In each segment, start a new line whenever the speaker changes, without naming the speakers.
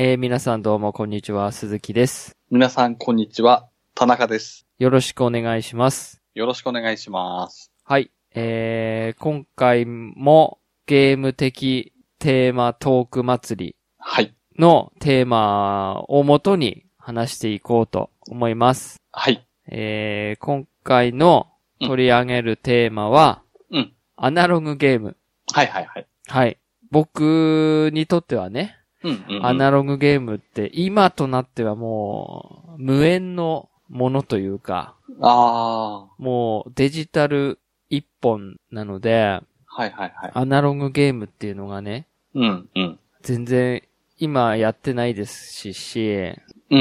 えー皆さんどうもこんにちは、鈴木です。
皆さん、こんにちは。田中です。
よろしくお願いします。
よろしくお願いします。
はい。えー、今回もゲーム的テーマトーク祭
はい。
りのテーマをもとに話していこうと思います。
はい。
えー、今回の取り上げるテーマは、
うん
アナログゲーム。
はいはいはい。
はい。僕にとってはね、
うん、うんうん。
アナログゲームって今となってはもう無縁のものというか、
あ
もうデジタル一本なので、
ー。はいはいはい。
アナログゲームっていうのがね、
うん、うん。
全然今やってないですし、し
うん、うん、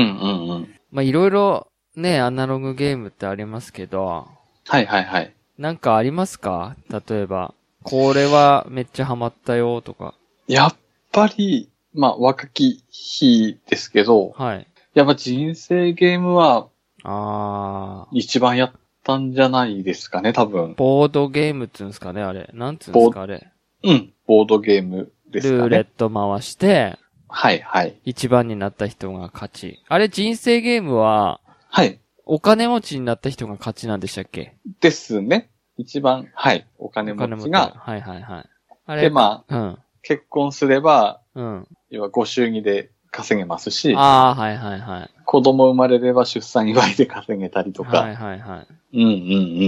うん。
まあいろいろね、アナログゲームってありますけど、
はいはいはい。
なんかありますか例えば、これはめっちゃハマったよとか。
やっぱり、まあ、若き日ですけど、
はい。
やっぱ人生ゲームは
あー。
一番やったんじゃないですかね、多分。
ボードゲームっつうんですかねあれ。なんつうんですかあれ。
うん。ボードゲームですかね。
ルーレット回して、
はいはい。
一番になった人が勝ち。あれ人生ゲームは、
はい。
お金持ちになった人が勝ちなんでしたっけ
ですね。一番、はい。お金
お金持
持ち
ち
が。
はいはいはい。あれ
で、まあ、
うん。
結婚すれば、
うん。
要はご祝儀で稼げますし、
ああ、はいはいはい。
子供生まれれば出産祝いで稼げたりとか、
はいはいはい。
うんうんう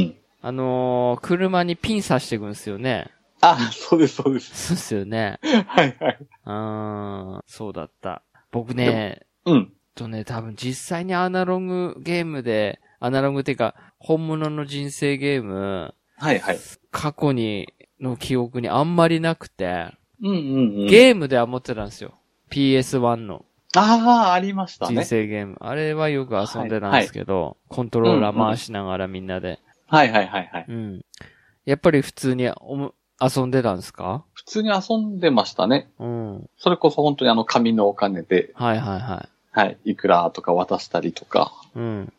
ん。
あのー、車にピン刺していくんですよね。
あ、そうですそうです。
そうっすよね。
はいはい。
うーん、そうだった。僕ね、
うん。
とね、多分実際にアナログゲームで、アナログっていうか、本物の人生ゲーム、
はいはい。
過去に、の記憶にあんまりなくて、
うんうんうん。
ゲームでは持ってたんですよ。PS1 の
ああ、ありました
人
ね。
生ゲーム。あれはよく遊んでたんですけど、コントローラー回しながらみんなで。
はいはいはいはい。
うん。やっぱり普通におも遊んでたんですか
普通に遊んでましたね。
うん。はい
それこそ本当にあの紙のお金で、
はいは
はい、いくらとか渡したりとか
い。うん。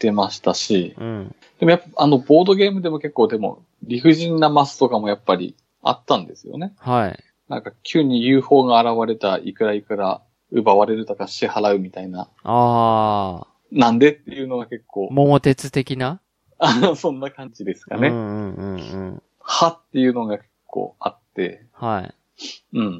出ましたし、
うん。
でもやっぱあのボードゲームでも結構でも理不尽なマスとかもやっぱりあったんですよね。
はい。
なんか急に UFO が現れたいくらいくら奪われるとか支払うみたいな、
あ
なんでっていうのが
ー。
結構、
桃鉄的な
あのそんな感じですかね。
うんうんうんうん。
はっていうのが結構あって、
はい。
うんうんう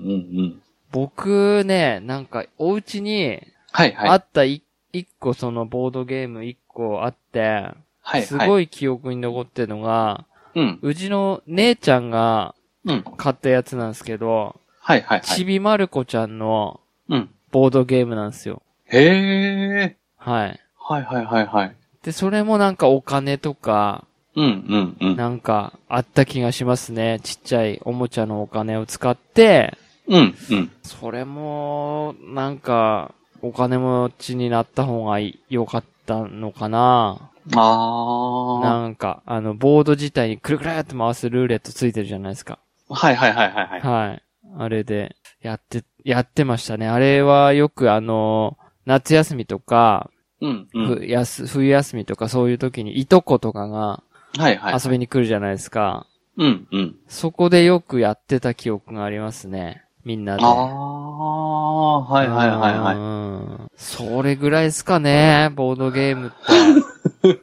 ん。
僕ね、なんか、お家に、
はいはい。
あったい一個そのボードゲーム一個あって、
はいはい。
すご
い。
い記憶に残ってるのが、
うん。
うちの姉ちゃんが
うん。
買ったやつなんですけど、
はいはいは
ち
い。
びまる子ちゃんの
うん。
ボードゲームなんですよ。
へえ。
はい。
はいはいはいはい。
で、それもなんかお金とか、
うんうんうん。
なんかあった気がしますね。ちっちゃいおもちゃのお金を使って、
うんうん。
それも、なんか、お金持ちになった方がい良かったのかな
あ
なんか、あの、ボード自体にくるくるって回すルーレットついてるじゃないですか。
ー。はいはいはいはいはい。
はい。あれで、やって、やってましたね。あれはよくあの、夏休みとか、
うんう
ふ
ん。
やす冬休みとかそういう時にいとことかが
はいはい。
遊びに来るじゃないですか。
うんうん。
そこでよくやってた記憶がありますね。みんなで。
ああ。はいはいはいはい。
い。それぐらいですかね、ボードゲーム って。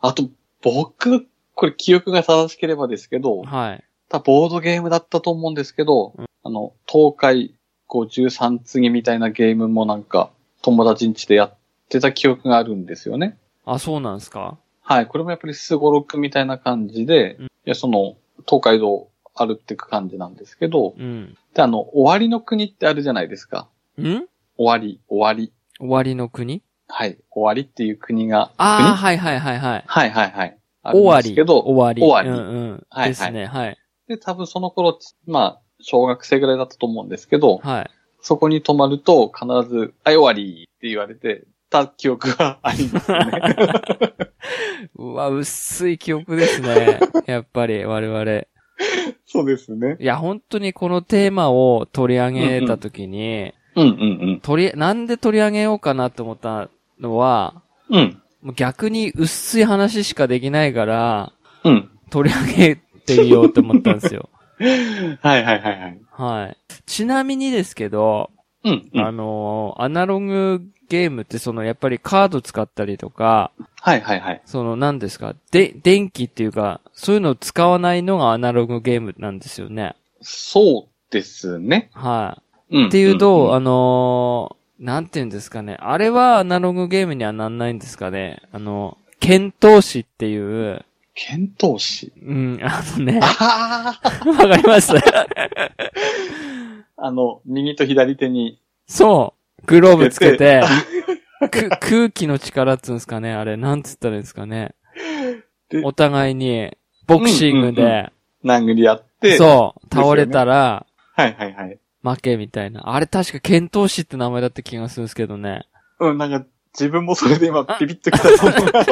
あと、僕、これ記憶が正しければですけど、
はい。
たボードゲームだったと思うんですけど、あの、東海53次みたいなゲームもなんか、友達ん家でやってた記憶があるんですよね。
あ、そうなんですか
はい、これもやっぱりスゴロクみたいな感じで、
うん
いや、その、東海道を歩っていく感じなんですけど、
うん。
で、あの、終わりの国ってあるじゃないですか。
ん
終わり、終わり。
終わりの国
はい、終わりっていう国が、
ああ、
国
はいはいはいはい。
はいはいはい。ある
終
ん
わ
で
り。
すけど、
終わり。
終わり
うんうん。
はいはい
ですね。はい。
で、多分その頃、まあ、小学生ぐらいだったと思うんですけど、
はい。
そこに泊まると必ず、はい、終わりって言われてた記憶がありますね。
うわ、薄い記憶です ね。やっぱり、我々。
そうですね。
いや、本当にこのテーマを取り上げたときに、
うんうん
取り、なんで取り上げようかなと思ったのは、
うん。うん。
もう逆に薄い話しかできないから、
うん。
取り上げてみよ うと思ったんですよ。
はいはいはいはい。
はい。ちなみにですけど、
うん、うん。
あのーアナログゲームってそのやっぱりカード使ったりとか、
はいはいはい。
その何ですか、で、電気っていうか、そういうのを使わないのがアナログゲームなんですよね。
そうですね。
はい、
うん。
っていうと、
ん
あのーなんていうんですかね。あれはアナログゲームにはなんないんですかね。あの、剣闘士っていう、
剣 闘士。
うん、あのね、
あ あ
わかります。
あの、右と左手に。
そう、グローブつけて、く空気の力っつうんですかね、あれ、なんつったらいいんですかね
で。
お互いに、ボクシング
うんうん
で、
殴り合って。う。
そう、
ですよね
倒れたら、
はいはいはい。
負けみたいな。あれ確か剣闘士って名前だった気がするんですけどね。
うん、なんか、自分もそれで今、ビビッときたと思があっ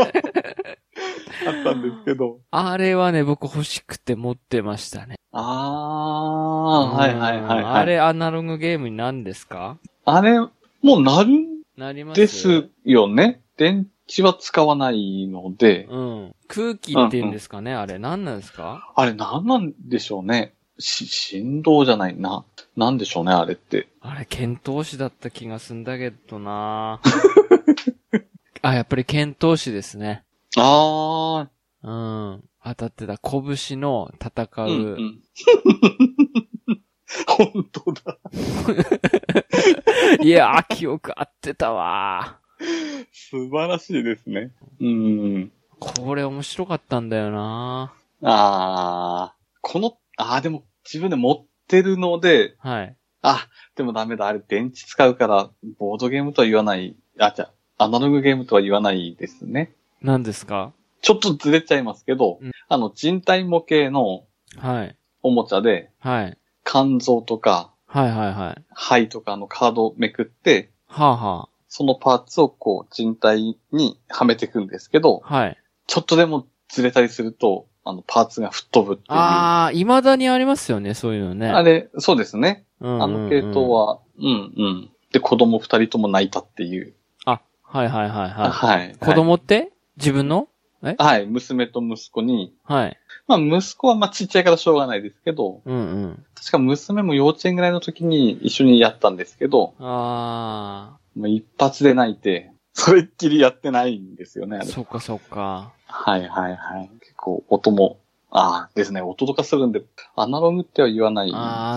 たんですけど。
あれはね、僕欲しくて持ってましたね。
ああ、はいはいはい、はい。
あれアナログゲームになんですか
あれ、もうなるん
なります
ですよね。電池は使わないので。
うん。空気って言うんですかね、あれ。何なんですか
あれ何なんでしょうね。し、振動じゃないな。なんでしょうね、あれって。
あれ、剣闘士だった気がすんだけど なあ、やっぱり剣闘士ですね。
ああ、
うん。あ、だってだ、拳の戦う。
うん、うん。 本当だ。
いやー、記憶合ってたわ
素晴らしいですね。うん。
ー。これ面白かったんだよな
ああ、この、ああ、でも自分で持ってるので、
はい。
あ、でもダメだ、あれ電池使うから、ボードゲームとは言わない、あ、じゃあアナログゲームとは言わないですね。
何ですか
ちょっとずれちゃいますけど、
うん
あの、人体模型の
はい。
おもちゃで、
はい。
肝臓とか、
はいはいはい。
肺とかのカードをめくって、
はあ、は
そのパーツをこう人体にはめていくんですけど、
あ、はい。
ちょっとでもずれたりすると、あの、パーツが吹っ飛ぶっていう。あ
あー、未だにありますよね、そういうのね。
れ、そうですね。
うんうんうん
あの系統。は、うんうん。で、子供二人とも泣いたっていう。
あ、はいはいはいは
はい。
い。子供って、自分の
はい、はい娘と息子に、
はい。
まあ、息子はまあちっちゃいからしょうがないですけど、
うんうん。
確か娘も幼稚園ぐらいの時に一緒にやったんですけど、
あ
もう一発で泣いて、それっきりやってないんですよね、あ
ー、
れ。
そっかそっか。
はいはいはい。結構音も、ああですね、音とかするんで、アナログっては言わない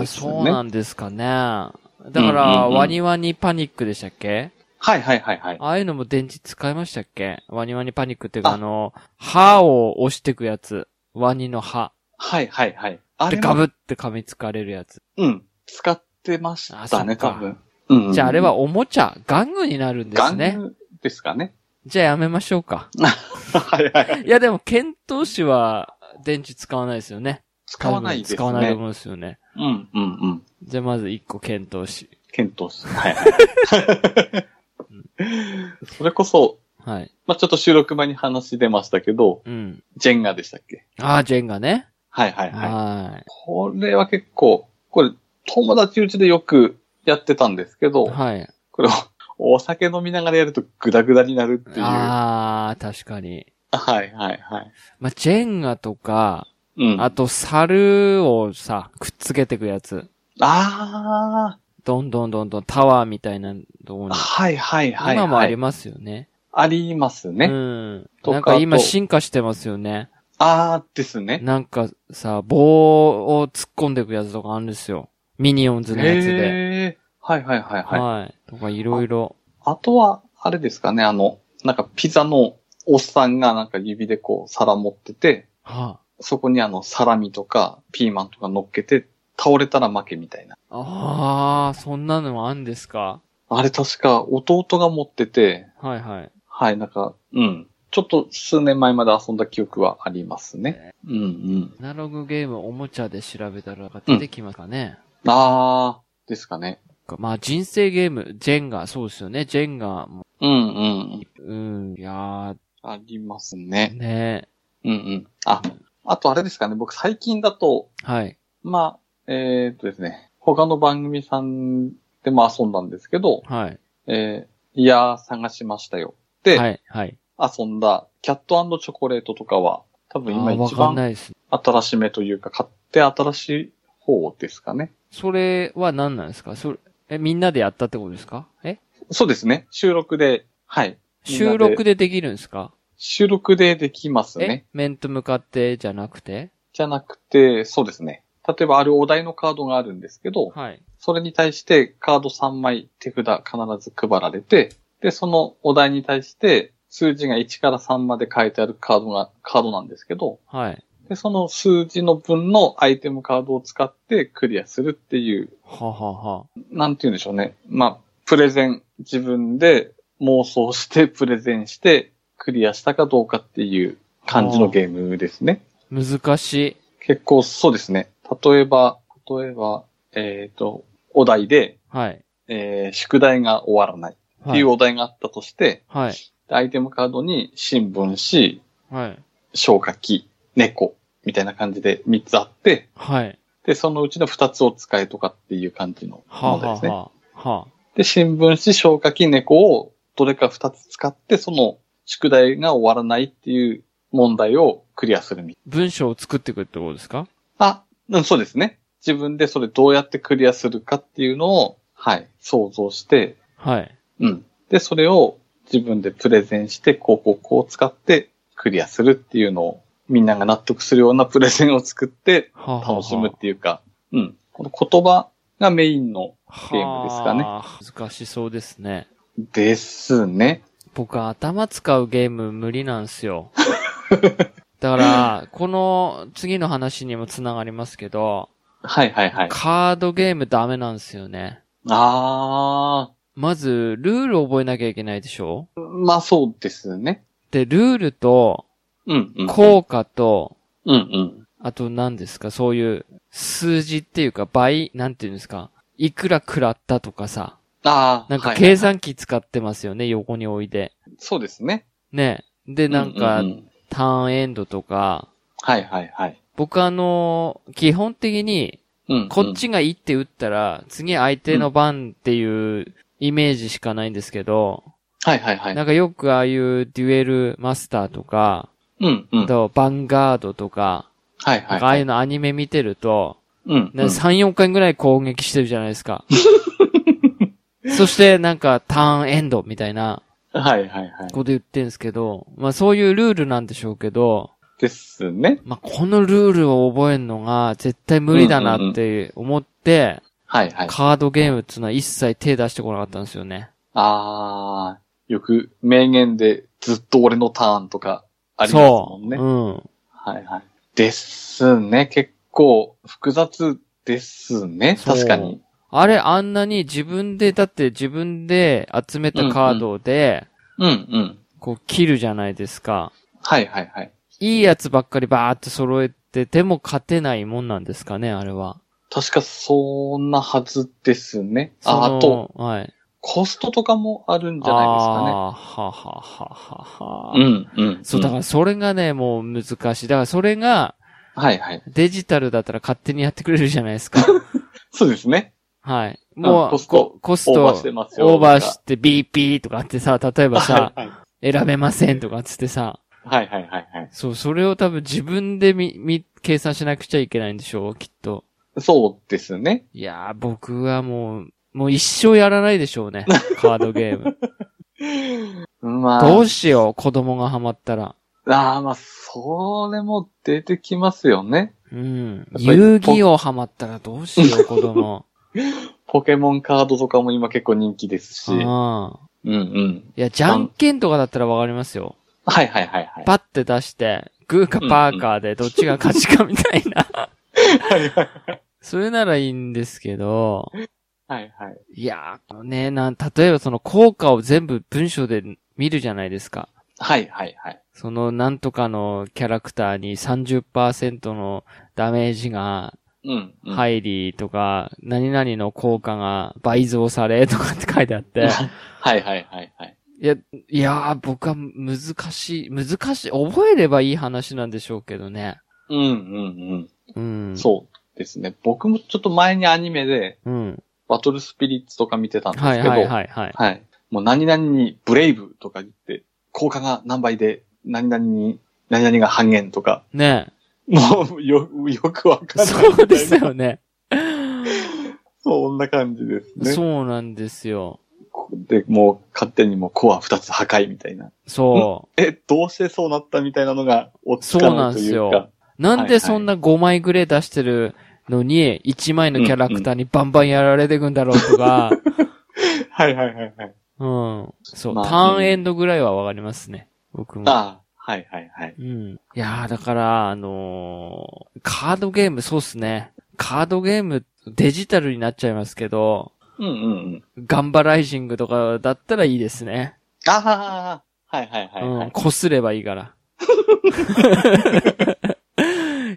ですよね。
あー、そうなんですかね。だか
うん
ら、
うんうん
ワニワニパニックでしたっけ
はいはいはいはい。
ああいうのも電池使いましたっけワニワニパニックっていうか、
あ
あの、歯を押してくやつ。ワニの歯。
はいはいはい。あ
で、
れ
ガ
も、
ブって噛みつかれるやつ。
うん、使ってまし
あそ
た
っ
ね、
か
多分。うん、
じゃああれはおもちゃ、玩具になるんで
ガ
す
ン
ね。
グですかね。
じゃあやめましょうか。
はいはいはい。
いやでも、剣闘士は電池使わないですよね。
使わないですね。
使わないと思うんですよね。
うんうんうん。
じゃあまず一個検討し。
検 討す。はいはい。 それこそ、
はい。
まあ、ちょっと収録前に話出ましたけど、
うん。
ジェンガでしたっけ
ああ、ジェンガね。
はいはいはい。
は
これは結構、これ、友達うちでよくやってたんですけ
い。
ど、
はい。
これを、お酒飲みながらやるとグダグダになるっていう。
あ
は
あ、確かに。
いはいはい。
まあ、ジェンガとか、
うん。
あと、猿をさ、くっつけてくやつ。
あ
どんどんどんどんタワーみたいなとこ
ー
に。
はいはいはい、はい。
今もあり
ま
ますよね。
す。ありますね。
うん。
とか
なんか今
あと
進化してますよね。
あーですね。
なんかさ、棒を突っ込んでくやつとかあるんですよ。ミニオンズのやつで。
へーはいはいはいはい。
はい。とかいろいろ。
あとは、あれですかね、あの、なんかピザのおっさんがなんか指でこう皿持ってて、
は
そこにあのサラミとかピーマンとか乗っけて、倒れたら負けみたいな。
あ。ああ、そんなのあんですか
あれ確か弟が持ってて、
はいはい。
はい、なんか、うん。ちょっと数年前まで遊んだ記憶はありますね。うんうん。
アナログゲームおもちゃで調べたら出てきますかね。
あー、ですかね。
まあ人生ゲーム、ジェンガ、そうですよね。ジェンガも、
うんうん。
うん、いや
あります
ー、
ね。
ね
うんうん。あ、あとあれですかね、僕最近だと、
はい。
まあ、えー、っとですね、他の番組さんでも遊んだんですけど、
はい。
えー、いやー探しましたよ。で、
はい。はい。
遊んだキャットチョコレートとかは、
あ
多分今
ーわか
一
ん
番
ないです。
新しめというか、買って新しい方ですかね。
それは何なんですかそれ、え、みんなでやったってことですかえ
そうですね。収録で、はい。みんなで
収録でできるんですか
収録でできます
え
ね。
面と向かってじゃなくて
じゃなくて、そうですね。例えばあるお題のカードがあるんですけど、
はい。
それに対してカード3枚手札必ず配られて、で、そのお題に対して数字が1から3まで書いてあるカードが、カードなんですけど、
はい。
で、その数字の分のアイテムカードを使ってクリアするっていう、
ははは。
なんて言うんでしょうね。まあ、プレゼン、自分で妄想してプレゼンしてクリアしたかどうかっていう感じのゲームですね。
難しい。
結構そうですね。例えば、例えば、えっ、と、お題で、
はい。
えー宿題が終わらないっ
は
てい
い。
うお題があったとして、
はい。
アイテムカードに新聞紙、
はい。
消火器、猫みたいな感じで3つあって、
はい。
で、そのうちの2つを使えとかっていう感じの
は
も
あ
のです
は
ね。
あはあ。は
で、新聞紙、消火器、猫をどれか2つ使って、その宿題が終わらないっていう問題をクリアするみたいな
文章を作っていくってことですか
あ、うん、そうですね。自分でそれどうやってクリアするかっていうのを、はい、想像して、
はい。
うん。で、それを自分でプレゼンして、こうこうこう使ってクリアするっていうのを、みんなが納得するようなプレゼンを作って
はあはあはあ。
楽しむっていうか、うん。この言葉がメインのゲームですかね
はあ。難しそうですね。
ですね。
僕頭使うゲーム無理なんす よ。だから、この次の話にもつながりますけど、
はいはいはい。
カードゲームダメなんすよね。
あ
まず、ルール覚えなきゃいけないでしょ
ー、まあそうですね。
で、ルールと、
うんうん。
効果と、
う。うんうん。
あと何ですか、そういう数字っていうか倍、なんていうんですか、いくら食らったとかさ、
あー、
なんか
はいはい
計算機使ってますよね、横に置いて。
そうですね。
ね。で、なんか
うう、うん
ターンエンドとか、
はいはいはい。
僕あのー基本的に、
うんうん
こっちがいって打ったら、次相手の番っていうイメージしかないんですけど、
はいはいはい。
なんかよくああいうデュエルマスターとか、
うんう
あ
ん。
とバンガードとか、
はい
な
は
ん
い
かああ
はいい。
うのアニメ見てると、
うんう。
なんんか3、4回ぐらい攻撃してるじゃないです か。そしてなんかターンエンドみたいな
はいはいはい。
こと言ってるんですけど、まあそういうルールなんでしょうけど、
ですね。
まあこのルールを覚えるのが絶対無理だなって思って、
はいはい。
カードゲームっていうのは一切手出してこなかったんですよね。
あー、よく名言でずっと俺のターンとかありますもんね。
そう。
はいはい。ですね。結構複雑ですね。
そう
確かに。
うん。あれ、あんなに自分で、だって自分で集めたカードで、
うんうん。
こう切るじゃないですか。
はいはいはい。
いいやつばっかりバーって揃えてても勝てないもんなんですかね、あれは。
確かそんなはずですね。
そ
あ
の
あと、、
はい。
コストとかもあるんじゃな
あーははははは。
いですかね。うんうん。
そう、だからそれがね、もう難しい。だからそれが、
ら。はいはい。
デジタルだったら勝手にやってくれるじゃないです か。
そうですね。
はい。
う
も
ん
う、
コスト
こコスト、
オーバーしてますよ
オーバーして、ビーピーとかってさ、例えばさ、
はい
選べませんとかっつってさ、
はいはいはいはい。
そう、それを多分自分でみ、み、計算しなくちゃいけないんでしょう、きっと。
そうですね。
いやー、僕はもう、もう一生やらないでしょう ね。カードゲーム。
まあ、
どうしよう、子供がハマったら。
ああ、まあ、それも出てきますよね。
うん。
ぱり
遊戯王ハマったらどうし よう、子供。
ポケモンカードとかも今結構人気ですし。うん
ああ。
うん。
いや、じゃんけんとかだったらわかりますよ。
はいはいはいはい。
パッて出して、グーかパーかでどっちが勝ちかみたい な。それならいいんですけど、
はいはい。
いやー、ね、なん、例えばその効果を全部文章で見るじゃないですか。
はいはいはい。
そのなんとかのキャラクターに30%のダメージが
うん、うん。い。
入りとか、何々の効果が倍増されとかって書いてあって、
はいはいはいはい。
いや、 いやー、僕は難しい、難しい、覚えればいい話なんでしょうけどね。
うんうん
う
うん。
ん。
そうですね。僕もちょっと前にアニメで、
う。うん。
バトルスピリッツとか見てたんです
は
け
い
ど、
はいはいはい。
はい。もう何々にブレイブとか言って、効果が何倍で、何々に、何々が半減とか、
ね
もうよ、よくわかんないみたいな。
そうですよね。
こんな感じです ね。
そうなんですよ。
で、もう勝手にもうコア2つ破壊みたいな。
そ
え、どうしてそうなったみたいなのが、おつかぬというか。
そうなんですう。なんでそんな5枚ぐらい出してるのに、1枚のキャラクターにバンバンやられていくんだろうと か、
はいはいはいはい。
うん。そう、
まあ
ターンエンドぐらいはわかりますね。僕も。
ああ、はいはいはい。
うん。いやー、だから、あのーカードゲーム、そうっすね。カードゲーム、デジタルになっちゃいますけど、
うんうんうん。
ガンバライジングとかだったらいいですね。
ああ、はいはいはい、は
うん。
い。
こすればいいから。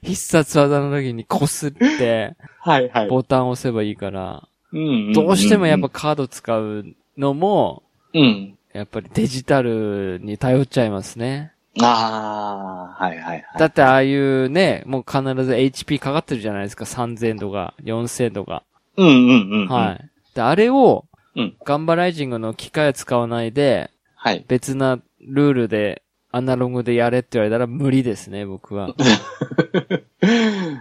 必殺技の時にこすって、
はいはい。
ボタンを押せばいいから、
うんうんうんうん
どうしてもやっぱ、カード使うのも、
うん。
やっぱりデジタルに頼っちゃいますね。
ああ、はいはいはい。
だってああいうね、もう必ず HP かかってるじゃないですか。3000とか、4000とか。
うんうんうん。。
はいい。で、あれを、
うん
ガンバライジングの機械を使わないで、
はい。
別なルールで、アナログでやれって言われたら無理ですね、僕 は。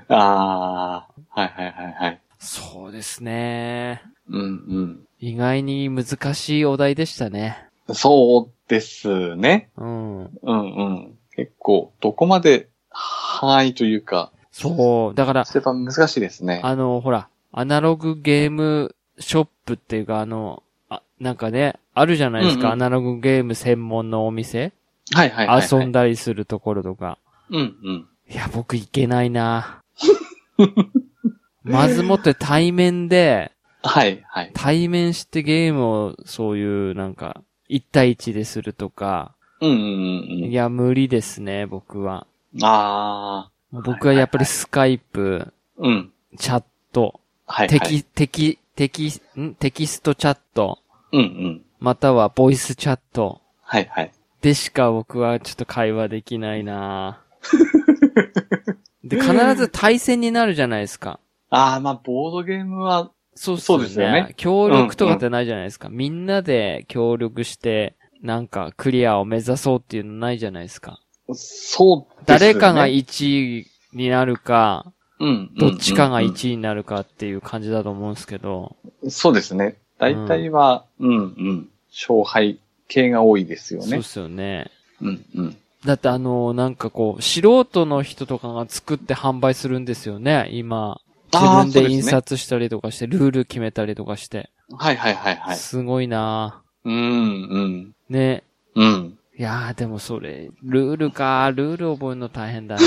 ああ、はいはいはいはい。
そうですね。
うん
意外に難しいお題でしたね。
うん。そうですね。
うん。
うんうん。結構、どこまで範囲というか、
そう。だから、
してた難しいですね。
あの、ほら、アナログゲームショップっていうか、あの、あ、なんかね、あるじゃないですか、
うんうん
アナログゲーム専門のお店、
はいはいはい、はい。
遊んだりするところとか。
うんうん。
いや、僕いけない なまずもって対面で、
はいはい。
対面してゲームをそういうなんか、1対1でするとか、
うんうんうん
い
うん。
や、無理ですね、僕は。
ああ、
僕はやっぱりスカイプ、
うん。
チャット、
はいはい。
テキ、テキ、テキ、んテキストチャット、
うんうん。
またはボイスチャット
はいはい。
でしか僕はちょっと会話できない なぁで、必ず対戦になるじゃないですか。
ああ、まあ、ボードゲームは、
そうっす
そうですよね。
協力とかってないじゃないですか。みんなで協力して、なんかクリアを目指そうっていうのないじゃないですか。
そうです
誰
ね
かが、1位になるか、
うんうんうん
どっちかが1位になるかっていう感じだと思うんですけど。
そうですね。大体は、うん、うん、勝敗系が多いですよ
そう
ね
っ。すよね。
うん、うん。
だってあの、なんかこう、素人の人とかが作って販売するんですよね、今。自
あー
分
そう
です
ね
印刷したりとかして、ルール決めたりとかして。
はいはいはいはい。
すごいな
うん、うん。
ぁね。
うん。
いやーでもそれ、ルールか、ルール覚えるの大変だ な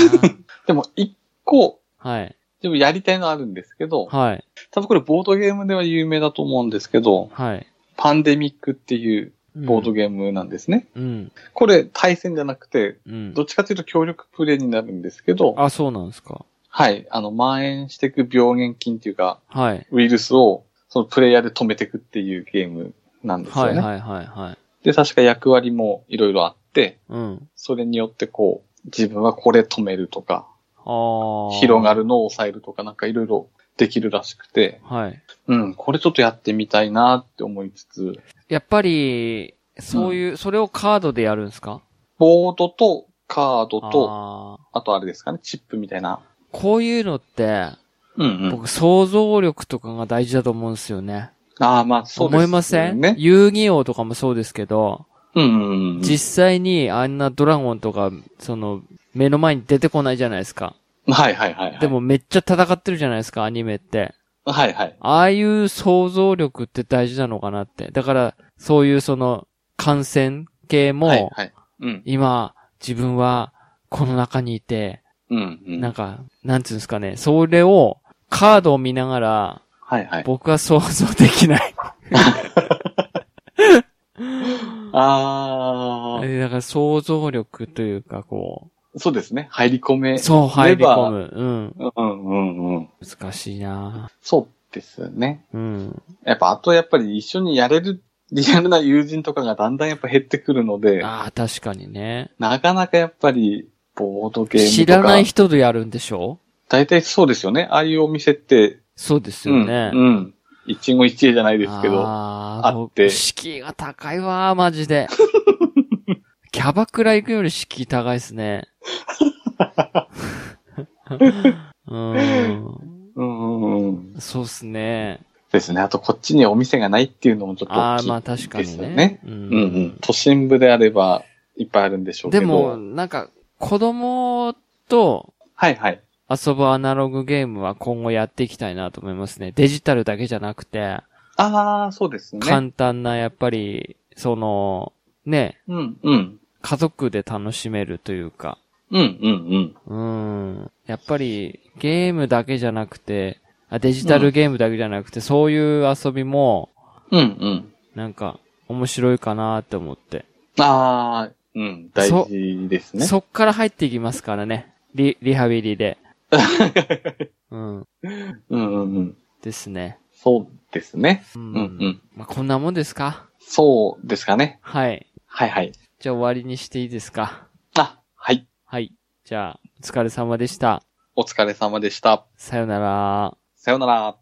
でも、一個、
はい。
でもやりたいのあるんですけど、
はい。
多分これボードゲームでは有名だと思うんですけど、
はい。
パンデミックっていう
うん
ボードゲームなんですね。
うん。
これ対戦じゃなくて、
うん
ど。っちかというと協力プレイになるんですけど、
あ、そうなんですか。
はい、あの、蔓延していく病原菌っていうか、
はい。
ウイルスを、そのプレイヤーで止めていくっていうゲームなんですよね。
はいはいはいはい。
で、確か役割もいろいろあって、
うん。
それによってこう、自分はこれ止めるとか、
ああ。
広がるのを抑えるとかなんかいろいろできるらしくて、
はい。
うん、これちょっとやってみたいなって思いつつ、
やっぱり、そういう、それをカードでやるんですか
ボードとカードと、
あー
あとあれですかね、チップみたいな。
こういうのって、
うんうん。
僕、想像力とかが大事だと思うんですよね。
ああ、まあそうです
思
ね。
いません遊戯王とかもそうですけど、
うんうんうん。
実際にあんなドラゴンとか、その、目の前に出てこないじゃないですか。
はいはいはいはい。
で、もめっちゃ戦ってるじゃないですか、アニメって。
はいはい。
ああいう想像力って大事なのかなって。だから、そういうその、感染系も、
はいはい。うん。
今、自分は、この中にいて、
うんうん。
なんか、なんつうんですかね、それを、カードを見ながら、
はいはい。
僕は想像できない。
ああ、
え だから想像力というか、こ
そうですね。入り込め
う、。そう入り
レバ
込
ー
む。うん。
うんうんうん。
難しいな
そうですね。
うん。
やっぱ、あとやっぱり一緒にやれるリアルな友人とかがだんだんやっぱ減ってくるので、
ああ、確かにね。
なかなかやっぱり、ボードゲームとか。
知らない人とやるんでしょ
大体そうですよね。ああいうお店って、
そうですよね。
うん。うん。一期一会じゃないですけど。
あ
あ
あ、
って
僕敷居が高いわー、マジ で。キャバクラ行くより敷居高いです ね。うん。
うんうんうん。
そうっすね。
ですね。あと、こっちにお店がないっていうのもちょっと
あ
大
あ、
きい。
まあ確かに
です
ね。
よね
う
うんうん。都心部であれば、いっぱいあるんでしょうけ
で
ど。
も、、なんか、子供と
はいはい。
遊ぶアナログゲームは今後やっていきたいなと思いますね。デジタルだけじゃなくて、
ああ、そうですね。
簡単な、やっぱり、その、ね、
うんうん。
家族で楽しめるというか、
うんうんうん。
うん。やっぱり、ゲームだけじゃなくて、あデジタルゲームだけじゃなくて、そういう遊びも、
うんうん。
なんか、面白いかなって思って。
ああ、うん。大事ですね。
そっから入っていきますからね。リ、リハビリ で。うん。
うんうんうん。
ですね。
そうですね。
う。
うんんうん。
まあ、こんなもんですか
そうですかね。
はい。
はいはい。
じゃあ終わりにしていいですか
あ、はい。
はい。じゃあ、お疲れ様でした。
お疲れ様でした。
さよなら。
さようなら。